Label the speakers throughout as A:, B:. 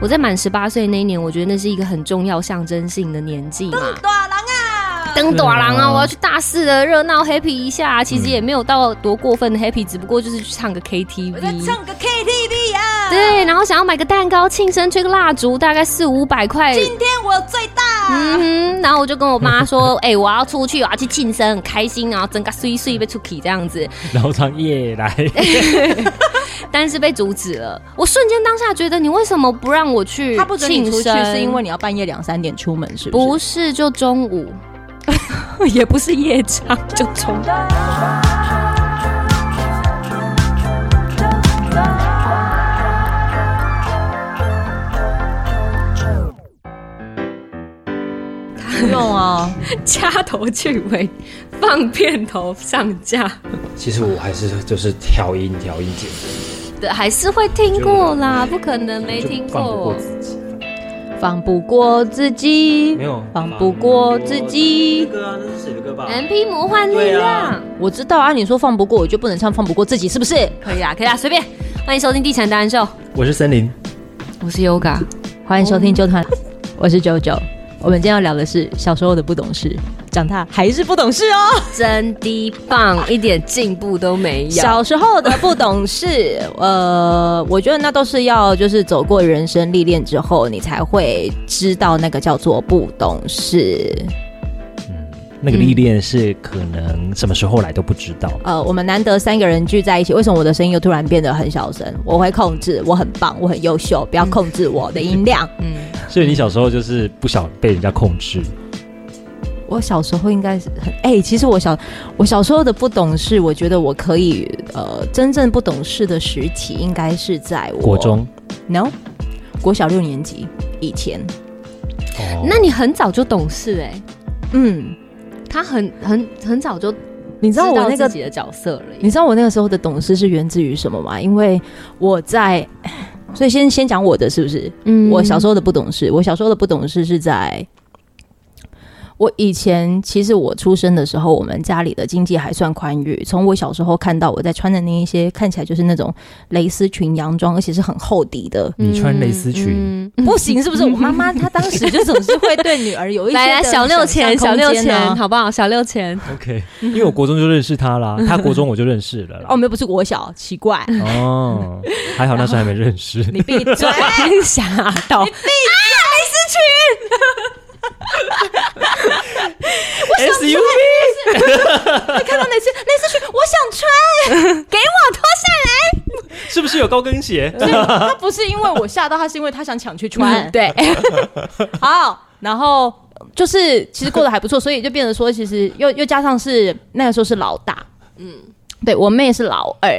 A: 我在满十八岁那一年，我觉得那是一个很重要象征性的年纪嘛。
B: 大郎啊，
A: 登短廊
C: 对
A: 啊，嗯
C: 啊
A: 我要去大四的热闹 happy 一下，其实也没有到多过分的 happy，只不过就是去唱个
B: 我在
A: KTV。
B: 唱个 KTV 啊。
A: 对，，然后想要买个蛋糕、庆生、吹个蜡烛，大概四五百块。
B: 今天我最大。
A: 嗯哼，然后我就跟我妈 说，哎、我要出去，我要去庆生，很开心，然后整个碎碎被出去这样子，
C: 然后唱夜 来，
A: 但是被阻止了。我瞬间当下觉得，你为什么不让我去庆生？
B: 他不准你出去，是因为你要半夜两三点出门，是
A: 不
B: 不是？
A: 是就中午， 也不是夜场，就中午。
B: 不用啊，
A: 掐头去尾，放片头上架，
C: 其实我还是就是调音调音节，
A: 对，还是会听过啦，不可能没听
C: 就放
A: 过
C: 不过。自己，
B: 放不过自己
C: 没，有
B: 放不过自己
C: 那个啊，那是谁的歌吧？
B: 嗯
A: M P 魔幻力
C: 对
A: 量
C: 啊，
B: 我知道啊。你说放不过，我就不能唱放不过自己，是不是？
C: 啊
A: 可以啦，可以啦，啊随便。欢迎收听《地产达人秀》，
C: 我是森林，
A: 我是 Yoga。
B: 欢迎收听纠团，我是九九。我们今天要聊的是小时候的不懂事，长大还是不懂事哦。
A: 真的棒，一点进步都没有。
B: 小时候的不懂事，呃，我觉得那都是要就是走过人生历练之后，你才会知道那个叫做不懂事。
C: 那个历练是可能什么时候来都不知道，
B: 呃，我们难得三个人聚在一起，为什么我的声音又突然变得很小声？我会控制，我很棒，我很优秀，不要控制我的音量。
A: 嗯，
C: 所以你小时候就是不想被人家控制，
B: 我小时候应该是很哎、其实我小我小时候的不懂事，我觉得我可以呃，真正不懂事的时期应该是在我
C: 国中。
B: no 国小六年级以前，
C: 哦
A: 那你很早就懂事哎、
B: 嗯，
A: 他很很很早就
B: 你
A: 知
B: 知道
A: 道
B: 我那
A: 自
B: 个
A: 己的角色了耶。
B: 你知道我那个时候的懂事是源自于什么吗？因为我在， 所以先先讲我的是不是？
A: 嗯
B: 我小时候的不懂事，我小时候的不懂事是在我以前，其实我出生的时候，我们家里的经济还算宽裕。从我小时候看到我在穿的那一些看起来就是那种蕾丝裙、洋装，而且是很厚底的。
C: 你穿蕾丝裙，
A: 嗯
B: 不行，是 不是？我妈妈她当时就总是会对女儿有一些
A: 来来，
B: 的
A: 小六钱，小
B: 想象
A: 六
B: 空间啊
A: 钱，好不好？小六 钱，
C: OK，因为我国中就认识他啦，他国中我就认识了
B: 嗯 哦，
C: 啦。
B: 没有，不是国小，奇怪，
C: 哦，还好那时候还没认识。
B: 你闭嘴。哎
A: 吓到！
C: SUV
B: 看到蕾丝蕾丝裙，我想穿。 嗯
C: 是不是有高跟鞋？
B: 所以他不是因为我吓到，他是因为他想抢去穿。
A: 嗯对，
B: 好，然后就是其实过得还不错，所以就变得说，其实又又加上是那个时候是老大，嗯，对我妹是老二，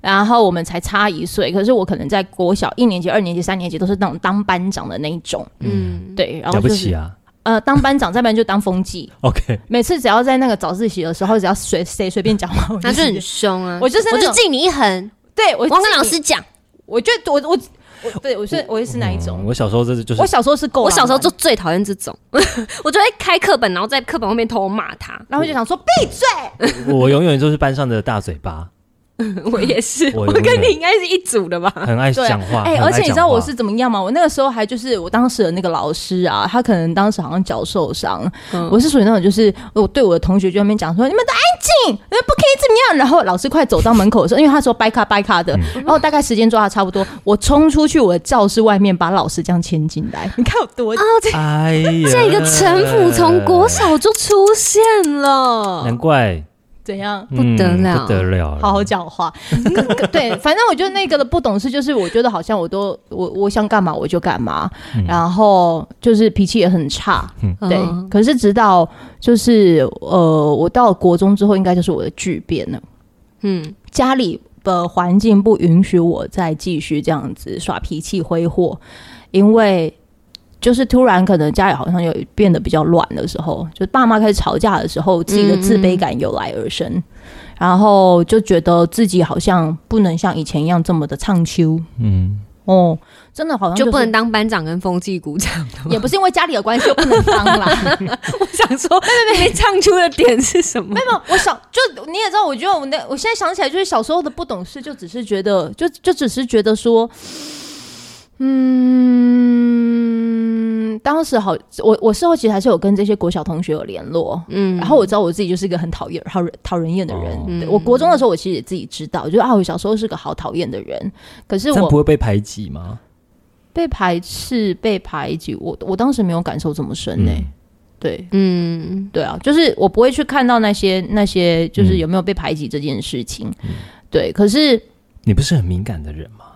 B: 然后我们才差一岁，可是我可能在国小一年级、二年级、三年级都是那种当班长的那一种，
A: 嗯，
B: 对， 然后
C: 了不
B: 就是、
C: 起啊
B: 呃，当班长，再不然就当风 纪。
C: ！OK，
B: 每次只要在那个早自习的时候，只要谁谁随便讲话，我
A: 那就
B: 直接
A: 很凶啊！
B: 我就是那
A: 我
B: 种
A: 就敬你一横，
B: 对我
A: 我要跟
B: 自己
A: 老师，讲，
B: 我就我我我对我是我是哪一种？
C: 嗯我小时候这是就是
B: 我小时候是够，
A: 我小时候就最讨厌这种， 我就会开课本，然后在课本后面偷骂他。
B: 然后就想说闭嘴，
C: 我永远就是班上的大嘴巴，
B: 嗯
A: 我也是，
C: 我
A: 我
C: 也会
A: 跟你应该是一组的吧？
C: 很爱
B: 对
C: 讲话。
B: 哎、
C: 很爱
B: 而且你知
C: 讲
B: 道我
C: 话
B: 是怎么样吗？我那个时候还就是我当时的那个老师啊，他可能当时好像脚受伤，
A: 嗯
B: 我是属于那种就是我对我的同学就在那边讲说你们都安静，你们不可以怎么样。然后老师快走到门口的时候，因为他说掰卡掰卡的，
C: 嗯
B: 然后大概时间抓的差不多，我冲出去我的教室外面把老师这样牵进来，你看有多
A: 哦，这
C: 哎呀，
A: 这个城府从国小就出现了
C: 难，怪
B: 怎样。
C: 不
A: 不得了
C: 不得了，
B: 好好讲话，
C: 嗯
B: 对，反正我觉得那个的不懂事，就是我觉得好像我都我我想干嘛我就干嘛，
C: 嗯
B: 然后就是脾气也很差，对，
A: 嗯
B: 可是直到就是呃，我到国中之后，应该就是我的巨变了。
A: 嗯，
B: 家里的环境不允许我再继续这样子耍脾气挥霍，因为就是突然可能家里好像有变得比较乱的时候，就爸妈开始吵架的时候，自己的自卑感由来而生，
A: 嗯
B: 然后就觉得自己好像不能像以前一样这么的唱秋
C: 嗯，
B: 哦，真的好像、、
A: 就是不能。当班长跟风纪鼓 掌的吗
B: 也不是因为家里的关系就不能当啦，
A: 我想 说，没唱出的点是什么？
B: 没有， 我小就你也知道，我觉得我那我现在想起来，就是小时候的不懂事，就只是觉得，就就只是觉得说，嗯，嗯当时好，我我事后其实还是有跟这些国小同学有联络。
A: 嗯
B: 然后我知道我自己就是一个很讨厌、讨人讨人厌的人。
C: 哦
B: 对我国中的时候，我其实也自己知道，就是啊，我小时候是个好讨厌的人。可是
C: 这样
B: 我
C: 不会被排挤吗？
B: 被排斥、被排挤，我我当时没有感受这么深呢、
C: 嗯，
B: 对
A: 嗯，
B: 对啊，就是我不会去看到那些那些，就是
C: 嗯
B: 有没有被排挤这件事情。
A: 嗯
B: 对，可是
C: 你不是很敏感的人吗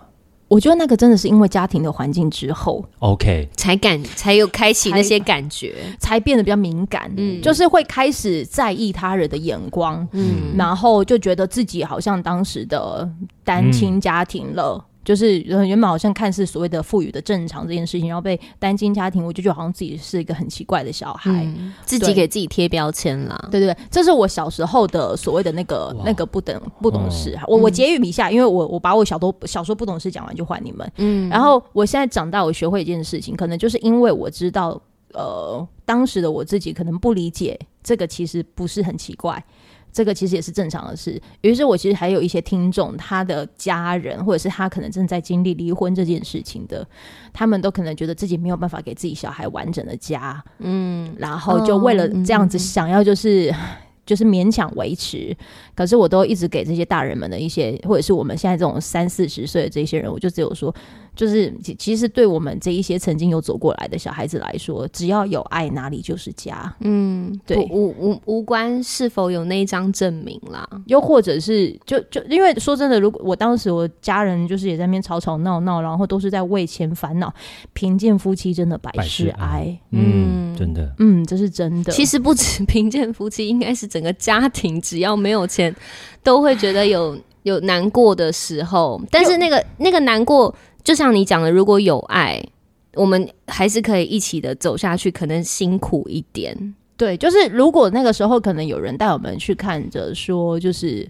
B: 我觉得那个真的是因为家庭的环境之后，
C: ？OK，
A: 才感才有开启那些感觉，
B: 才变得比较敏感，
A: 嗯
B: 就是会开始在意他人的眼光，
A: 嗯，
B: 然后就觉得自己好像当时的单亲家庭了。
A: 嗯
B: 就是呃原本好像看似所谓的赋予的正常这件事情，然后被单亲家庭，我就觉得好像自己是一个很奇怪的小孩。
A: 嗯，自己
B: 对
A: 给自己贴标签啦。
B: 对对对，这是我小时候的所谓的那个
C: 哇
B: 那个不懂不懂事。我我结语一下，因为我我把我小多小时候不懂事讲完就换你们。
A: 嗯，
B: 然后我现在长大，我学会一件事情，可能就是因为我知道，呃，当时的我自己可能不理解这个，其实不是很奇怪。这个其实也是正常的事。于是我其实还有一些听众，他的家人或者是他可能正在经历离婚这件事情的，他们都可能觉得自己没有办法给自己小孩完整的家，嗯，然后就为了这样子想要就是。就是勉强维持，可是我都一直给这些大人们的一些，或者是我们现在这种三四十岁的这些人，我就只有说，就是其其实对我们这一些曾经有走过来的小孩子来说，只要有爱，哪里就是家。
A: 嗯，
B: 对
A: 不无无无关是否有那一张证明啦。
B: 又或者是就就因为说真的，如果我当时我家人就是也在那边吵吵闹闹，然后都是在为钱烦恼，贫贱夫妻真的百
C: 百
B: 事
C: 事
B: 哀
C: 哀。
A: 嗯
C: 嗯，真的，
B: 嗯，这是真的。
A: 其实不止贫贱夫妻，应该是整个家庭，只要没有钱，都会觉得 有有难过的时候。但是那个那个难过，就像你讲的，如果有爱，我们还是可以一起的走下去，可能辛苦一点。
B: 对，就是如果那个时候可能有人带我们去看着说，就是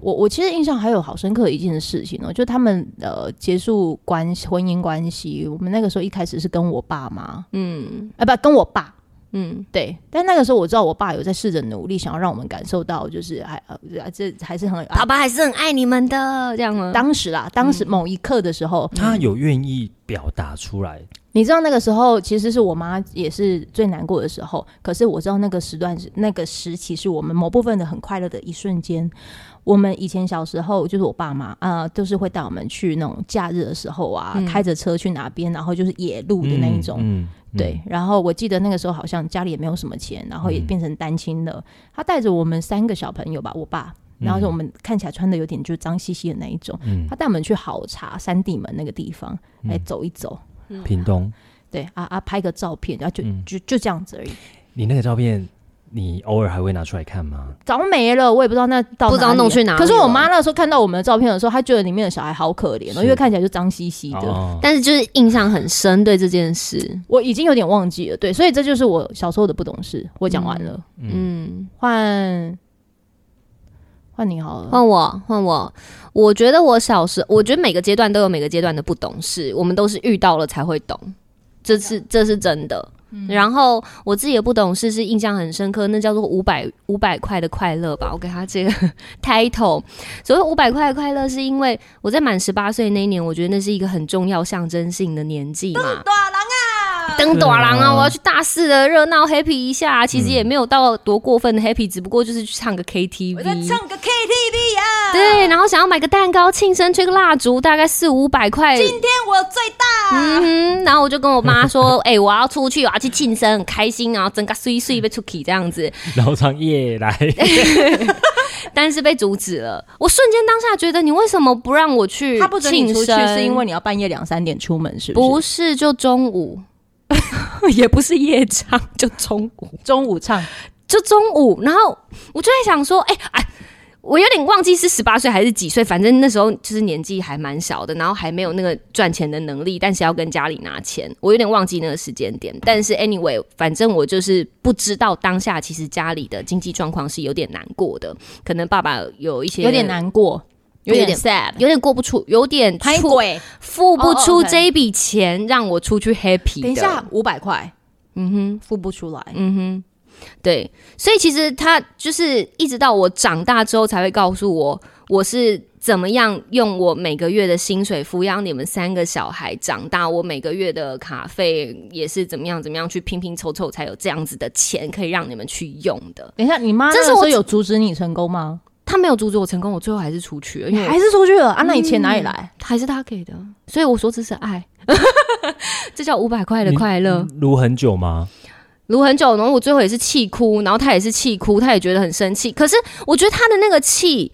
B: 我我其实印象还有好深刻的一件事情哦，就他们呃结束关系婚姻关系，我们那个时候一开始是跟我爸妈，
A: 嗯
B: 啊不跟我爸，
A: 嗯
B: 对，但那个时候我知道我爸有在试着努力，想要让我们感受到，就是还呃这还是很有爱
A: 爸爸还是很爱你们的，这样
C: 嗯
A: 吗？
B: 当时啦，当时某一刻的时候，
C: 他有愿意表达出来，
B: 你知道那个时候其实是我妈也是最难过的时候，可是我知道那个时段是那个时期是我们某部分的很快乐的一瞬间。我们以前小时候就是我爸妈啊、呃就是会带我们去那种假日的时候啊，
A: 嗯
B: 开着车去哪边，然后就是野路的那一种。
C: 嗯，嗯
B: 对，，然后我记得那个时候好像家里也没有什么钱，然后也
C: 嗯
B: 变成单亲了。他带着我们三个小朋友吧，我爸，然后就我们看起来穿的有点就脏兮兮的那一种，
C: 嗯
B: 他带我们去好茶山地门那个地方来走一走，
C: 嗯屏东，
B: 对啊啊，拍个照片，然后就、
C: 嗯
B: 就就这样子而已，
C: 你那个照片，你偶尔还会拿出来看吗？
B: 早没了，我也不知道那到
A: 不知道
B: 里
A: 弄去哪里
B: 可是我
A: 了
B: 妈那时候看到我们的照片的时候，她觉得里面的小孩好可怜哦，
C: 是
B: 因为看起来就脏兮兮的。
C: 哦，
A: 但是就是印象很深，对这件事，
B: 我已经有点忘记了，对，所以这就是我小时候的不懂事。我讲完了，
A: 嗯，
B: 换换你好了。
A: 换我，换我。我觉得我小时，我觉得每个阶段都有每个阶段的不懂事，我们都是遇到了才会懂，这是这是真的。然后我自己的不懂事是印象很深刻，那叫做五百五百块的快乐吧，我给他这个 title。所谓五百块的快乐，是因为我在满十八岁那一年，我觉得那是一个很重要象征性的年纪嘛。登短郎
C: 对
A: 啊！
C: 啊
A: 我要去大四的热闹 happy 一下、其实也没有到多过分的 happy，、只不过就是去唱个 KTV。
D: 个 KTV 啊！
A: 对，然后想要买个蛋糕庆生，吹个蜡烛，大概四五百块。
D: 天我最大，
A: 嗯哼，然后我就跟我妈说：“哎、我要出去，我要去庆生，很开心，然后整个碎碎被出去这样子。
C: 然后唱夜来，”
A: 但是被阻止了。我瞬间当下觉得，你为什么不让我去庆生？
B: 他不准你出去，是因为你要半夜两三点出门，是
A: 不
B: 不是？
A: 是就中午， 也不是夜唱，就中午。
B: 中午唱，
A: 就中午，然后我就在想说，哎、哎，我有点忘记是十八岁还是几岁，反正那时候就是年纪还蛮小的，然后还没有那个赚钱的能力，但是要跟家里拿钱，我有点忘记那个时间点。但是 anyway，反正我就是不知道当下其实家里的经济状况是有点难过的，可能爸爸有一些
B: 有点，难过，有
A: 有
B: 点
A: 点
B: sad，
A: 有点过不出，有点
B: 拍
A: 出
B: 鬼。
A: 付不
B: 哦哦
A: 出
B: ，OK
A: 这一笔钱让我出去 happy。
B: 等一下，，五百块
A: 嗯哼。
B: 付不出来，
A: 嗯哼，对，所以其实他就是一直到我长大之后才会告诉我，我是怎么样用我每个月的薪水抚养你们三个小孩长大，我每个月的卡费也是怎么样怎么样去拼拼凑凑才有这样子的钱可以让你们去用的。
B: 等一下，你妈
A: 这
B: 那
A: 是
B: 个时候
A: 我
B: 有阻止你成功吗？
A: 他没有阻止我成功，我最后还是出去了，因为我
B: 还是出去了啊？那你钱哪里来？
A: 还是他给的，所以我说这是爱， 这叫五百块的快乐。
C: 撸很久吗？
A: 撸很久，然后我最后也是气哭，然后他也是气哭，他也觉得很生气。可是我觉得他的那个气，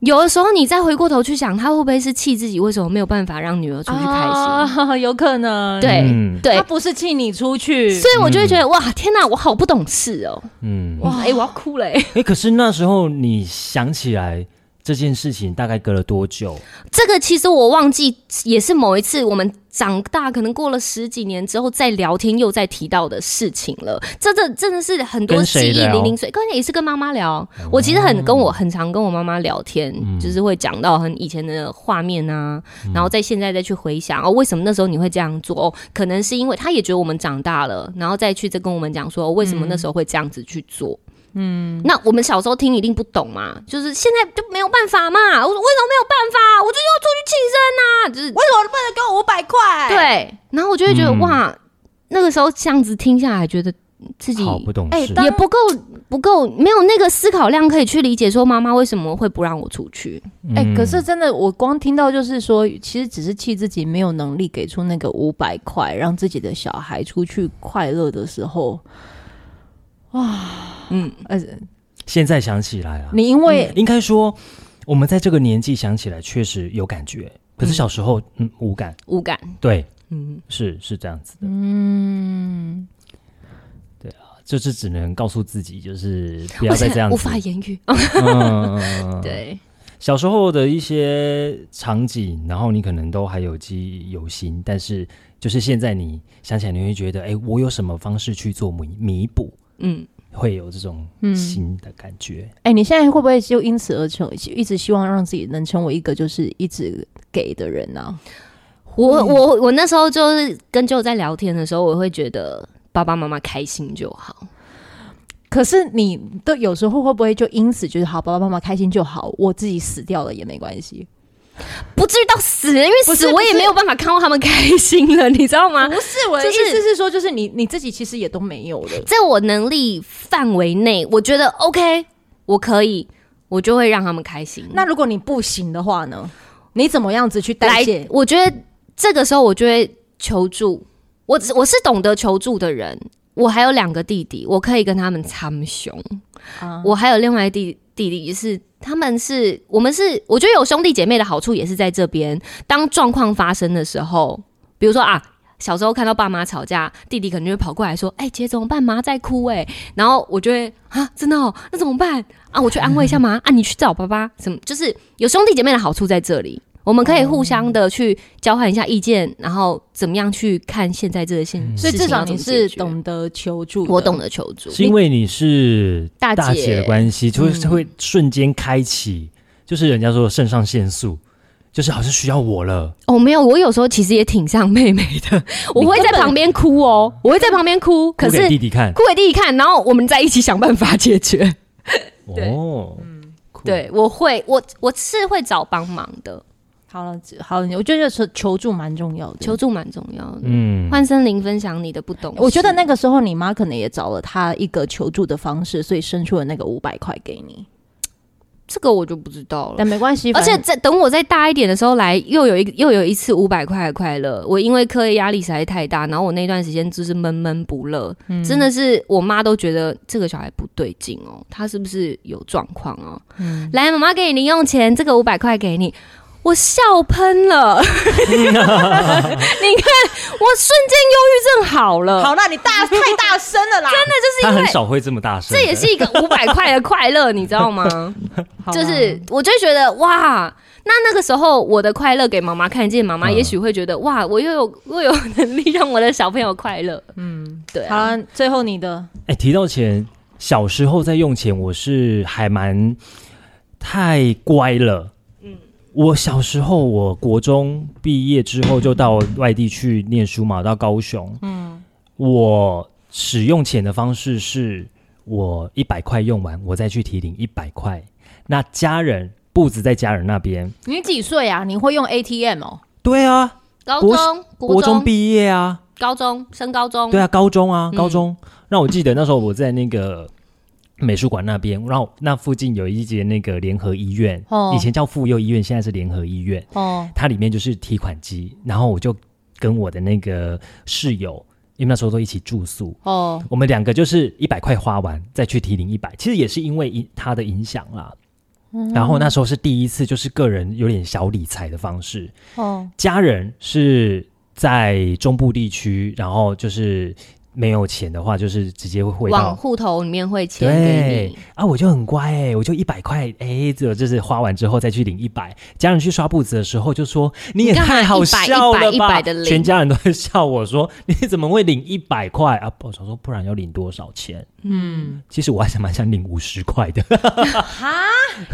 A: 有的时候你再回过头去想，他会不会是气自己为什么没有办法让女儿出去开心？
B: 啊，有可能。
A: 对、
C: 嗯
A: 对
B: 他，不是气你出去，
A: 所以我就会觉得、哇，天哪，我好不懂事哦！
C: 嗯，
A: 哇，哎、我要哭了、哎，
C: 哎、可是那时候你想起来这件事情，大概隔了多久？
A: 这个其实我忘记，也是某一次我们长大，可能过了十几年之后再聊天，又再提到的事情了。这这真的是很多
C: 跟谁
A: 记忆
C: 聊
A: 零零碎，刚才也是跟妈妈聊。我其实很跟我很常跟我妈妈聊天，
C: 嗯
A: 就是会讲到很以前的画面啊，然后在现在再去回想哦，为什么那时候你会这样做？哦，可能是因为她也觉得我们长大了，然后再去再跟我们讲说、哦为什
C: 嗯
A: 么那时候会这样子去做。嗯，那我们小时候听一定不懂嘛，就是现在就没有办法嘛。我说为什么没有办法？我就要出去庆生啊，就是
D: 为什么不能给我五百块？，
A: 对。然后我就会觉得、
C: 嗯
A: 哇，那个时候这样子听下来，觉得嗯自己
C: 好不懂
B: 哎
C: 事，
B: 当
A: 也不够不够，没有那个思考量可以去理解说妈妈为什么会不让我出去。
B: 哎、
C: 嗯
B: 可是真的，我光听到就是说，其实只是气自己没有能力给出那个五百块，让自己的小孩出去快乐的时候，
A: 嗯，
B: 呃，
C: 现在想起来啊，
B: 你因为、
C: 应该说我们在这个年纪想起来确实有感觉，可是小时候嗯无感，
A: 无感。
C: 对，
A: 嗯，
C: 是是这样子的，嗯，对啊，就是只能告诉自己，就是不要
A: 我
C: 再
A: 现
C: 这
A: 在
C: 样
A: 无
C: 子，
A: 法言语。
C: 嗯，
A: 对，
C: 小时候的一些场景，然后你可能都还有记忆犹新，但是就是现在你想起来，你会觉得，哎、我有什么方式去做弥弥补，
A: 嗯，
C: 会有这种新的感觉。
B: 哎、你现在会不会就因此而成，一直希望让自己能成为一个就是一直给的人啊呢、
A: 我我我那时候就是跟舅在聊天的时候，我会觉得爸爸妈妈开心就好。
B: 可是你都有时候会不会就因此就是好，爸爸妈妈开心就好，我自己死掉了也没关系。
A: 不至于到死，因为
B: 不是
A: 死我也
B: 不是
A: 没有办法看到他们开心了，你知道吗？
B: 不是我的
A: 就
B: 意
A: 是
B: 思是说，就是你你自己其实也都没有了。
A: 在我能力范围内，我觉得 OK，我可以，我就会让他们开心。
B: 那如果你不行的话呢？你怎么样子去代
A: 来
B: 谢，？
A: 我觉得这个时候我就会求助，我只我是懂得求助的人。我还有两个弟弟，我可以跟他们参雄。
B: 啊
A: 我还有另外一弟弟弟是，他们是我们是，我觉得有兄弟姐妹的好处也是在这边。当状况发生的时候，比如说啊，小时候看到爸妈吵架，弟弟可能就会跑过来说：“哎、姐怎么办？妈在哭哎、然后我就会啊，真的哦，那怎么办啊？我去安慰一下 妈啊，你去找爸爸。什么就是有兄弟姐妹的好处在这里。我们可以互相的去交换一下意见，然后怎么样去看现在这个
C: 嗯
A: 现，
B: 所以至少你
A: 事情要怎么解
B: 是
A: 决，
B: 懂得求助，
A: 我懂。得求助。
C: 是因为你是
A: 大姐
C: 姐的关系，就会就会瞬间开启，就是人家说的肾上腺素，就是好像需要我了。
A: 哦，没有，我有时候其实也挺像妹妹的，我会在旁边哭哦，我会在旁边哭，可
C: 哭
A: 是
C: 给弟弟看
A: 哭给弟弟看，然后我们再一起想办法解决。对
C: 哦，酷，
A: 对，我会，我我是会找帮忙的，
B: 好了，好了，我觉得求求助蛮重要的。
A: 求，助蛮重要的。
C: 嗯，
A: 换森林分享你的不懂事，
B: 我觉得那个时候你妈可能也找了她一个求助的方式，所以生出了那个五百块给你，
A: 这个我就不知道了。
B: 但没关系。
A: 而且
B: 反正
A: 在等我再大一点的时候来，又有一又有一次五百块的快乐。我因为课业压力实在太大，然后我那段时间就是闷闷不乐，
B: 嗯
A: 真的是我妈都觉得这个小孩不对劲哦，他是不是有状况哦？
B: 嗯
A: 来，妈妈给你零用钱，这个五百块给你。我笑喷了，你 看我瞬间忧郁症好
B: 呃
A: 了，
D: 好啦，你大太大声了 啦！真
C: 他很少会这么大声
A: 这
C: 的，
A: 也是一个五百块的快乐，你知道 吗？
B: 好啦
C: 啊
A: 就是我就觉得哇，那那个时候我的快乐给妈妈看见，妈
C: 嗯
A: 妈也许会觉得、哇，我又有我有能力让我的小朋友快乐。嗯， 对
B: 好
A: 啊，
B: 了，最后你的
C: 哎、提到钱，小时候在用钱，我是还蛮太乖了。嗯，我小时候，我国中毕业之后就到外地去念书嘛，到高雄。嗯，我使用钱的方式是我一百块用完，我再去提领一百块。那家人步子在家人那边。
B: 你几岁啊？你会用 ATM 哦？
C: 对啊，
A: 高
C: 国
A: 中、
C: 国
A: 国
C: 中
A: 中、
C: 毕业啊，
A: 高中升高中，
C: 对啊，高中啊，
A: 嗯
C: 高中。让我记得那时候我在那个美术馆那边，然后那附近有一间那个联合医院，
B: 哦
C: 以前叫妇幼医院，现在是联合医院。
B: 哦，
C: 它里面就是提款机，然后我就跟我的那个室友，因为那时候都一起住宿，
B: 哦，
C: 我们两个就是一百块花完再去提零一百，其实也是因为因他的影响啦。然后那时候是第一次，就是个人有点小理财的方式，
B: 哦，
C: 家人是在中部地区，然后就是没有钱的话，就是直接会汇
A: 往
C: 到。
A: 户头里面汇钱给
C: 对
A: 你。
C: 啊，我就很乖哎、我就一百块哎，只有就是花完之后再去领一百。家人去刷步子的时候就说：“你也
A: 干嘛
C: 太好
A: 100
C: 笑了吧！”
A: 100 100的领
C: 全家人都在笑我说：“你怎么会领一百块啊？”我想说，不然要领多少钱？
B: 嗯，
C: 其实我还是蛮想领五十块的，
D: 哈，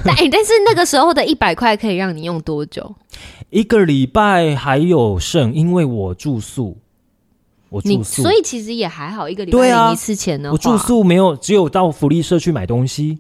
A: 但、哎但是那个时候的一百块可以让你用多久？
C: 一个礼拜还有剩，因为我住宿，我
A: 你
C: 住宿，
A: 所以其实也还好，一个礼
C: 对
A: 拜
C: 啊
A: 领一次钱的话，
C: 我住宿没有，只有到福利社去买东西，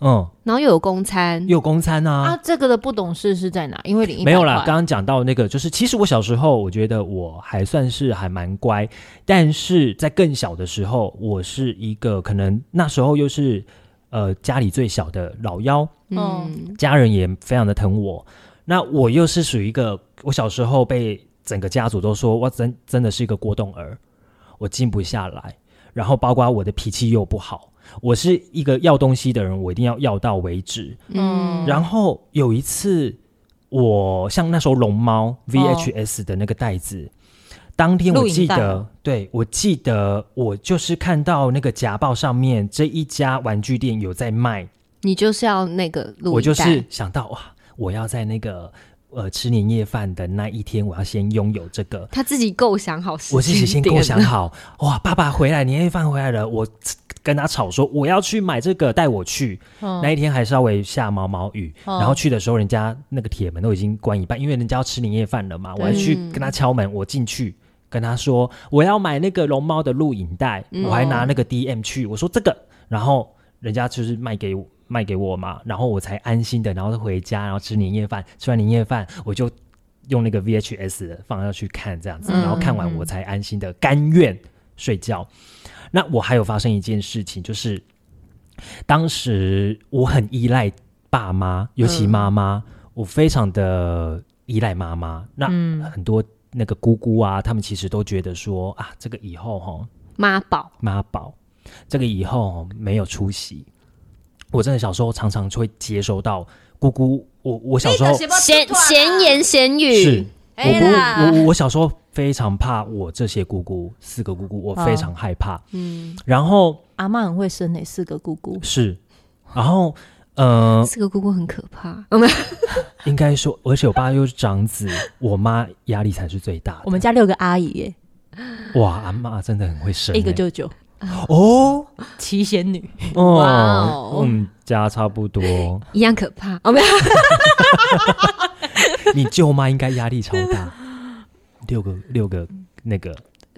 C: 嗯，
A: 然后又有公餐，
C: 有公餐啊，
B: 啊，这个的不懂事是在哪？因为你
C: 没有啦。刚刚讲到那个，就是其实我小时候，我觉得我还算是还蛮乖，但是在更小的时候，我是一个可能那时候又是呃家里最小的老幺，
A: 嗯，
C: 家人也非常的疼我。那我又是属于一个，我小时候被整个家族都说我真真的是一个过动儿，我静不下来，然后包括我的脾气又不好，我是一个要东西的人，我一定要要到为止。
A: 嗯，
C: 然后有一次，我像那时候龙猫 VHS 的那个袋子，当天我
B: 哦
C: 记
B: 录影
C: 得，对我记得我就是看到那个夹报上面这一家玩具店有在卖
A: 你就是要那个录
C: 我
A: 影带
C: 就是想到哇，我要在那个呃吃年夜饭的那一天，我要先拥有这个。
A: 他自己构想好时
C: 我自己
A: 间
C: 先
A: 点
C: 构想
A: 了，
C: 好， 哇，爸爸回来，年夜饭回来了，我跟他吵说我要去买这个，带我去。那
B: 刚
A: 嗯
C: 一天还稍微下毛毛雨，
B: 哦
C: 然后去的时候，人家那个铁门都已经关一半，因为人家要吃年夜饭了嘛，我还去跟他敲门，我进去。跟他说我要买那个龙猫的录影带，我还拿那个 DM 去，我说这个，然后人家就是卖给我卖给我嘛，然后我才安心的，然后回家，然后吃年夜饭，吃完年夜饭我就用那个 VHS 的放下去看这样子，
B: 嗯
C: 然后看完我才安心的甘愿睡觉。那我还有发生一件事情，就是当时我很依赖爸妈，尤其妈妈，我非常的依赖妈妈。那很多那个姑姑啊，他们其实都觉得说啊，这个以后哈、
A: 妈宝，
C: 妈宝，这个以后没有出息。我真的小时候常常会接收到姑姑，我我小时候
A: 闲
B: 啊
A: 闲言闲语
C: 是。我
D: 哎
C: 不，
D: 啦
C: 我我小时候非常怕我这些姑姑，四个姑姑，我非常害怕。
A: 嗯，
C: 然后
B: 阿妈很会生诶，四个姑姑，
C: 是，然后呃，
A: 这个姑姑很可怕，哦
C: 应该说，而且我爸又是长子，我妈压力才是最大
B: 我们家六个阿姨耶，
C: 的。哇，阿妈真的很会生欸、
B: 一个舅舅，
C: 哦，
B: 七仙女，
A: 哇
C: 哦
A: 哦，
C: 我们家差不多。
A: 一样可怕。哦，没有，
C: 你舅妈应该压力超大，六个六个那个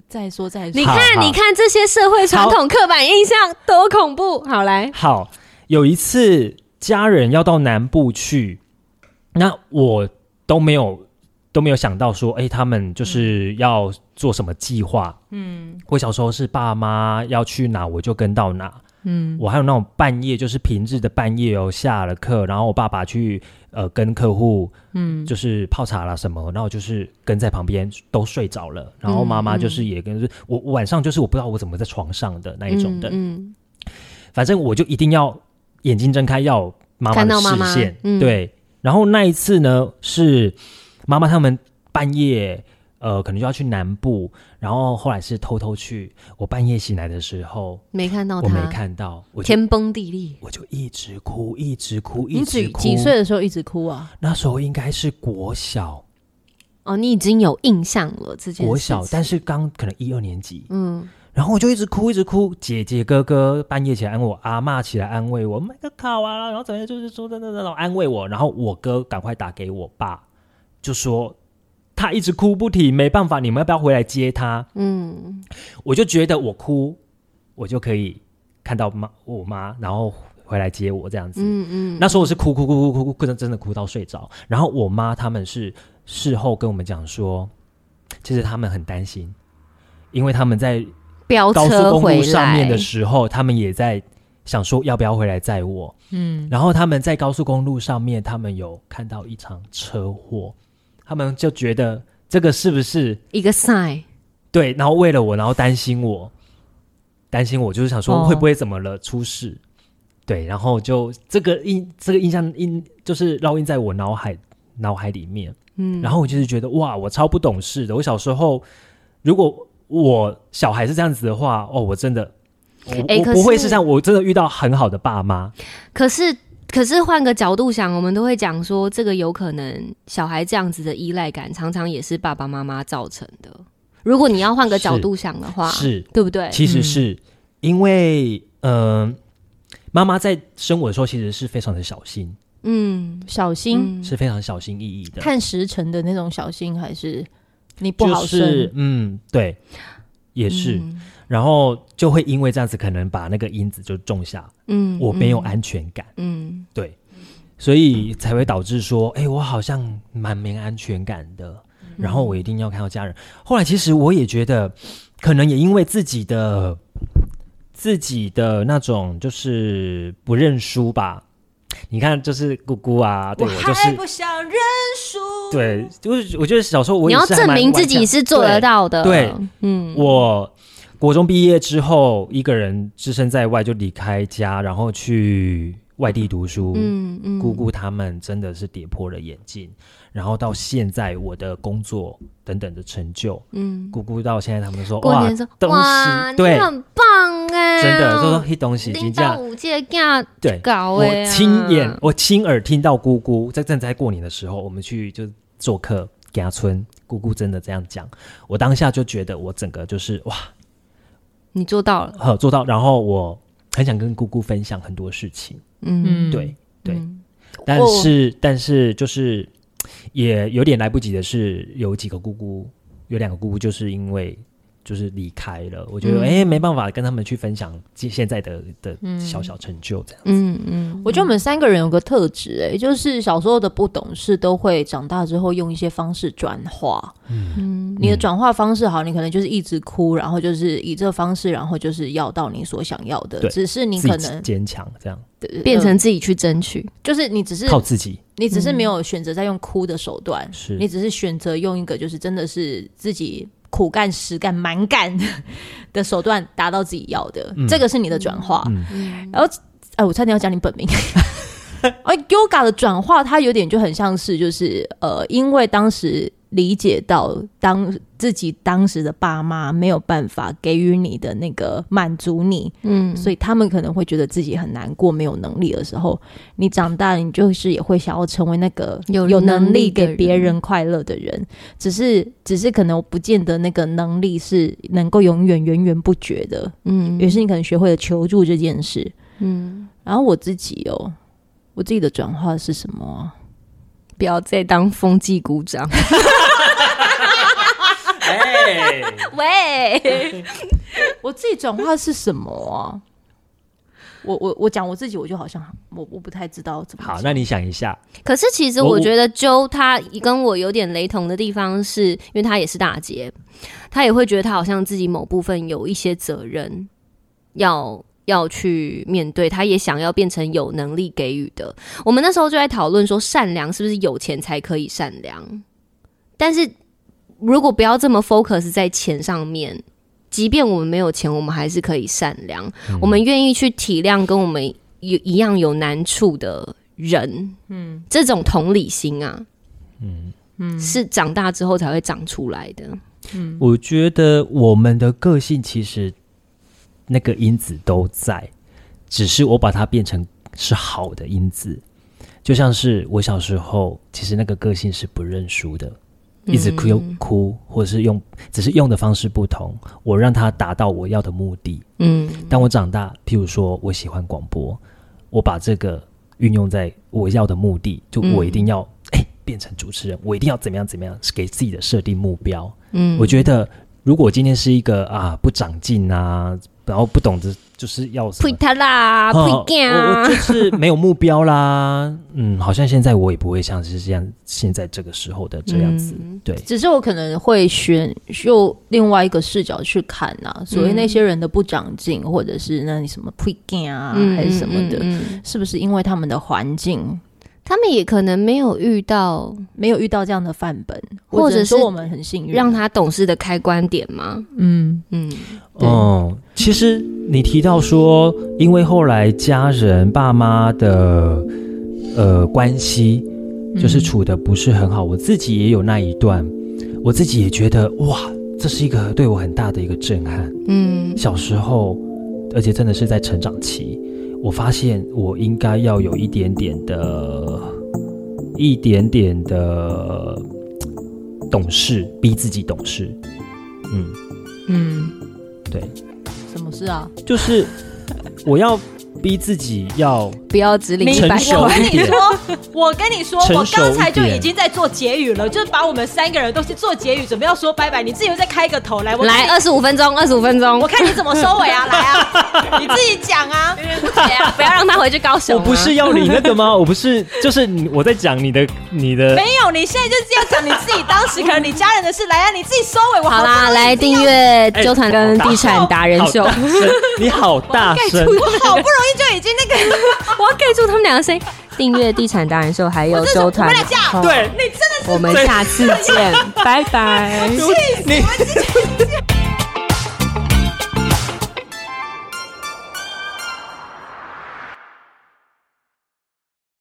B: 再说再说
A: 你，
C: 好
A: 看，
C: 好
A: 你看这些社会传统刻板印象多恐怖。好来，
C: 好，有一次家人要到南部去，那我都没有都没有想到说，哎、他们就是要做什么计划。
B: 嗯
C: 我小时候是爸妈要去哪，我就跟到哪。
B: 嗯
C: 我还有那种半夜，就是平日的半夜哦，下了课，然后我爸爸去呃跟客户
B: 嗯，
C: 就是泡茶啦什么，然后我就是跟在旁边都睡着了，然后妈妈
B: 嗯
C: 就是也跟、我我晚上就是我不知道我怎么在床上的那一种的，
A: 嗯，
C: 反正我就一定要眼睛睁开，要妈妈
A: 看
C: 的
A: 到妈妈
C: 视线。
A: 嗯
C: 对，然后那一次呢，是妈妈他们半夜，呃，可能就要去南部，然后后来是偷偷去。我半夜醒来的时候，
A: 没看到
C: 我
A: 哦他，
C: 没看到，我就
A: 天崩地裂。
C: 我就一直哭，一直哭，一
B: 你
C: 直
B: 几
C: 哭。
B: 几岁？的时候一直哭啊？
C: 那时候应该是国小，
A: 哦，你已经有印象了这件事情。
C: 国小，但是刚可能一二年级，
A: 嗯，
C: 然后我就一直哭，一直哭。姐姐、哥哥半夜起来安慰我，阿妈起来安慰我，买个卡完了，然后怎么样，就是说等等等等安慰我。然后我哥赶快打给我爸，就说他一直哭不停，没办法，你们要不要回来接他？
A: 嗯，
C: 我就觉得我哭，我就可以看到妈我妈，然后回来接我这样子。
A: 嗯嗯，
C: 那时候我是哭哭哭哭哭哭，真真的哭到睡着。然后我妈他们是事后跟我们讲说，其实他们很担心，因为他们在
A: 飙
C: 高
A: 车
C: 速公
A: 回
C: 路上面
A: 来
C: 的时候，他们也在想说要不要回来载我。
E: 嗯，
C: 然后他们在高速公路上面，他们有看到一场车祸，他们就觉得这个是不是
A: 一个 sign，
C: 对？然后为了我，然后担心我，担心我，就是想说
E: 哦
C: 会不会怎么了、出事？对，然后就这个印这个印象印就是烙印在我脑海脑海里面。
A: 嗯，
C: 然后我就是觉得哇，我超不懂事的。我小时候如果我小孩是这样子的话，哦，我真的。我
A: 诶
C: 我
A: 可
C: 不会
A: 是
C: 是这样，我真的遇到很好的爸妈，
A: 可是，可是换个角度想，我们都会讲说，这个有可能小孩这样子的依赖感，常常也是爸爸妈妈造成的。如果你要换个角度想的话，
C: 是
A: 对不对？
C: 其实是、
A: 嗯
C: 因为，嗯、妈妈在生我的时候其实是非常的小心，
A: 嗯，
B: 小心、
A: 嗯
C: 是非常小心翼翼的，
B: 看时辰的那种小心，还是你不
C: 就
B: 好生？
C: 是嗯，对，也是，
A: 嗯
C: 然后就会因为这样子，可能把那个因子就种下，
A: 嗯
C: 我没有安全感，
A: 嗯
C: 对，所以才会导致说，哎、我好像蛮没安全感的，
A: 嗯
C: 然后我一定要看到家人。后来其实我也觉得，可能也因为自己的自己的那种就是不认输吧。你看，就是姑姑啊，对我就
D: 还
C: 是
D: 不想认输。
C: 对，就是我觉得小时候我
A: 你
C: 也
A: 要
C: 是还
A: 证
C: 蛮
A: 明自
C: 顽
A: 己
C: 强
A: 是做得。到的。
C: 对，
A: 嗯，
C: 我国中毕业之后，一个人置身在外，就离开家，然后去外地读书。
A: 嗯嗯，
C: 姑姑他们真的是跌破了眼镜，然后到现在我的工作等等的成就，
A: 嗯，
C: 姑姑到现在他们说
A: 过
C: 哇
A: 年说
C: 东
A: 哇，
C: 西
A: 你
C: 对，
A: 很棒哎，
C: 真的都说嘿东西已经
A: 零到
C: 这样，
A: 五届干
C: 对，
A: 搞
C: 我
A: 哎，
C: 亲眼我亲耳听到姑姑在正在过年的时候，我们去就做客给她村，姑姑真的这样讲，我当下就觉得我整个就是哇
A: 你做到了，
C: 呵做到，然后我很想跟姑姑分享很多事情，
A: 嗯，
E: 嗯
C: 对。，对
A: 嗯
C: 但
B: 哦
C: 是、但是就是也有点来不及的是，有几个姑姑，有两个姑姑就是因为就是离开了，我觉得
A: 嗯
C: 哎、诶没办法跟他们去分享现现在的
B: 嗯
C: 的小小成就这样。
A: 嗯嗯，
B: 我觉得我们三个人有个特质、哎，就是小时候的不懂事，都会长大之后用一些方式转化。
A: 嗯
B: 你的转化方式好，你可能就是一直哭，然后就是以这个方式，然后就是要到你所想要的。
C: 对
B: 只是你
C: 自
B: 可
C: 己
B: 能
C: 坚强，这样
B: 呃
A: 变成自己去争取，
B: 就是你只是
C: 嗯靠自己
B: 你只是没有选择在用哭的手段，
C: 是
B: 你只是选择用一个就是真的是自己苦干、实干、蛮干的手段达到自己要的，
C: 嗯
B: 这个是你的转化。
C: 嗯
A: 嗯
B: 哎，我差点要讲你本名。 而 yoga 的转化，它有点就很像是，就是呃，因为当时理解到当自己当时的爸妈没有办法给予你的那个满足你，
A: 嗯，
B: 所以他们可能会觉得自己很难过、没有能力的时候，你长大，你就是也会想要成为那个
A: 有
B: 有
A: 能
B: 能
A: 力
B: 力
A: 的
B: 给别
A: 人
B: 人快乐的人。只是，只是可能不见得那个能力是能够永远源源不绝的。
A: 嗯，
B: 于是，你可能学会了求助这件事。
A: 嗯，
B: 然后我自己哦，我自己的转化是什么啊、
A: 不要再当风纪鼓掌。
C: 哎，
A: 喂，
B: 我自己转化是什么啊？我我我讲我自己，我就好像我我不太知道怎么
C: 好，
B: 讲
C: 那你想一下，
A: 可是其实
C: 我
A: 我
C: 我
A: 觉得周她跟我有点雷同的地方是，因为她也是大姐，她也会觉得她好像自己某部分有一些责任要。要去面对，她也想要变成有能力给予的。我们那时候就在讨论说，善良是不是有钱才可以善良？但是如果不要这么 focus 在钱上面，即便我们没有钱，我们还是可以善良。
C: 嗯
A: 我们愿意去体谅跟我们有一样有难处的人，嗯，这种同理心啊，嗯嗯，是长大之后才会长出来的。
C: 我觉得我们的个性其实那个因子都在，只是我把它变成是好的因子。就像是我小时候，其实那个个性是不认输的，
A: 嗯
C: 一直哭、哭，或者是用，只是用的方式不同，我让它达到我要的目的。
A: 嗯，
C: 当我长大，譬如说我喜欢广播，我把这个运用在我要的目的，就我一定要哎、变成主持人，我一定要怎么样怎么样，是给自己的设定目标。
A: 嗯
C: 我觉得如果今天是一个啊不长进啊，然后不懂得就是要什
A: 呸
C: 么。
A: 他啦，呸
C: 哦
A: 干
C: 我我就
A: 啊！
C: 是没有目标啦， 嗯，好像现在我也不会像是这样，现在这个时候的这样子，
A: 嗯
C: 对，
B: 只是我可能会选用另外一个视角去看呐、所谓那些人的不长进，或者是那你什么 p r e g a m 啊，还是什么的，
A: 嗯嗯嗯
B: 是不是因为他们的环境
A: 他们也可能没有遇到
B: 没有遇到这样的范本，
A: 或者
B: 我只能说
A: 是
B: 我们很幸运，
A: 让他懂事的开关点吗？
B: 嗯
A: 嗯，
B: 对
C: 嗯，其实你提到说，因为后来家人、爸妈的呃关系，
B: 嗯
C: 就是处的不是很好，我自己也有那一段，我自己也觉得哇，这是一个对我很大的一个震撼。
A: 嗯，
C: 小时候，而且真的是在成长期，我发现我应该要有一点点的、一点点的懂事，逼自己懂事。嗯，
B: 嗯，
C: 对。
B: 什么事啊？
C: 就是我要逼自己要
A: 不要只领一
C: 成
A: 百
C: 熟
A: 块。
C: 一点，
D: 我跟你说，我
C: 成熟一点
D: 刚才就已经在做结语了，就是把我们三个人都是做结语，准备要说拜拜。你自己又再开个头来，我
A: 来，二十五分钟，二十五分钟
D: 我，看你怎么收尾啊！来啊，你自己讲 啊！
A: 不要让他回去高雄
C: 我
A: 啊。
C: 不是要你那 个吗？我不是，就是你我在讲你的你的。
D: 没有，你现在就是要讲你自己当时可能你家人的事，来啊，你自己收尾。我
A: 好
D: 不
A: 啦，
D: 容易
A: 来订阅纠缠跟地产达人秀，
C: 好大声你好大声！
D: 我好不容 易就已经那个，
A: 我要盖住他们两个声音。订阅地产达人秀，还有纠
D: 我
A: 团
D: 们俩，讲，
C: 对，
D: 你真的是
A: 我们下次见，拜拜。
C: 你
D: 气死我！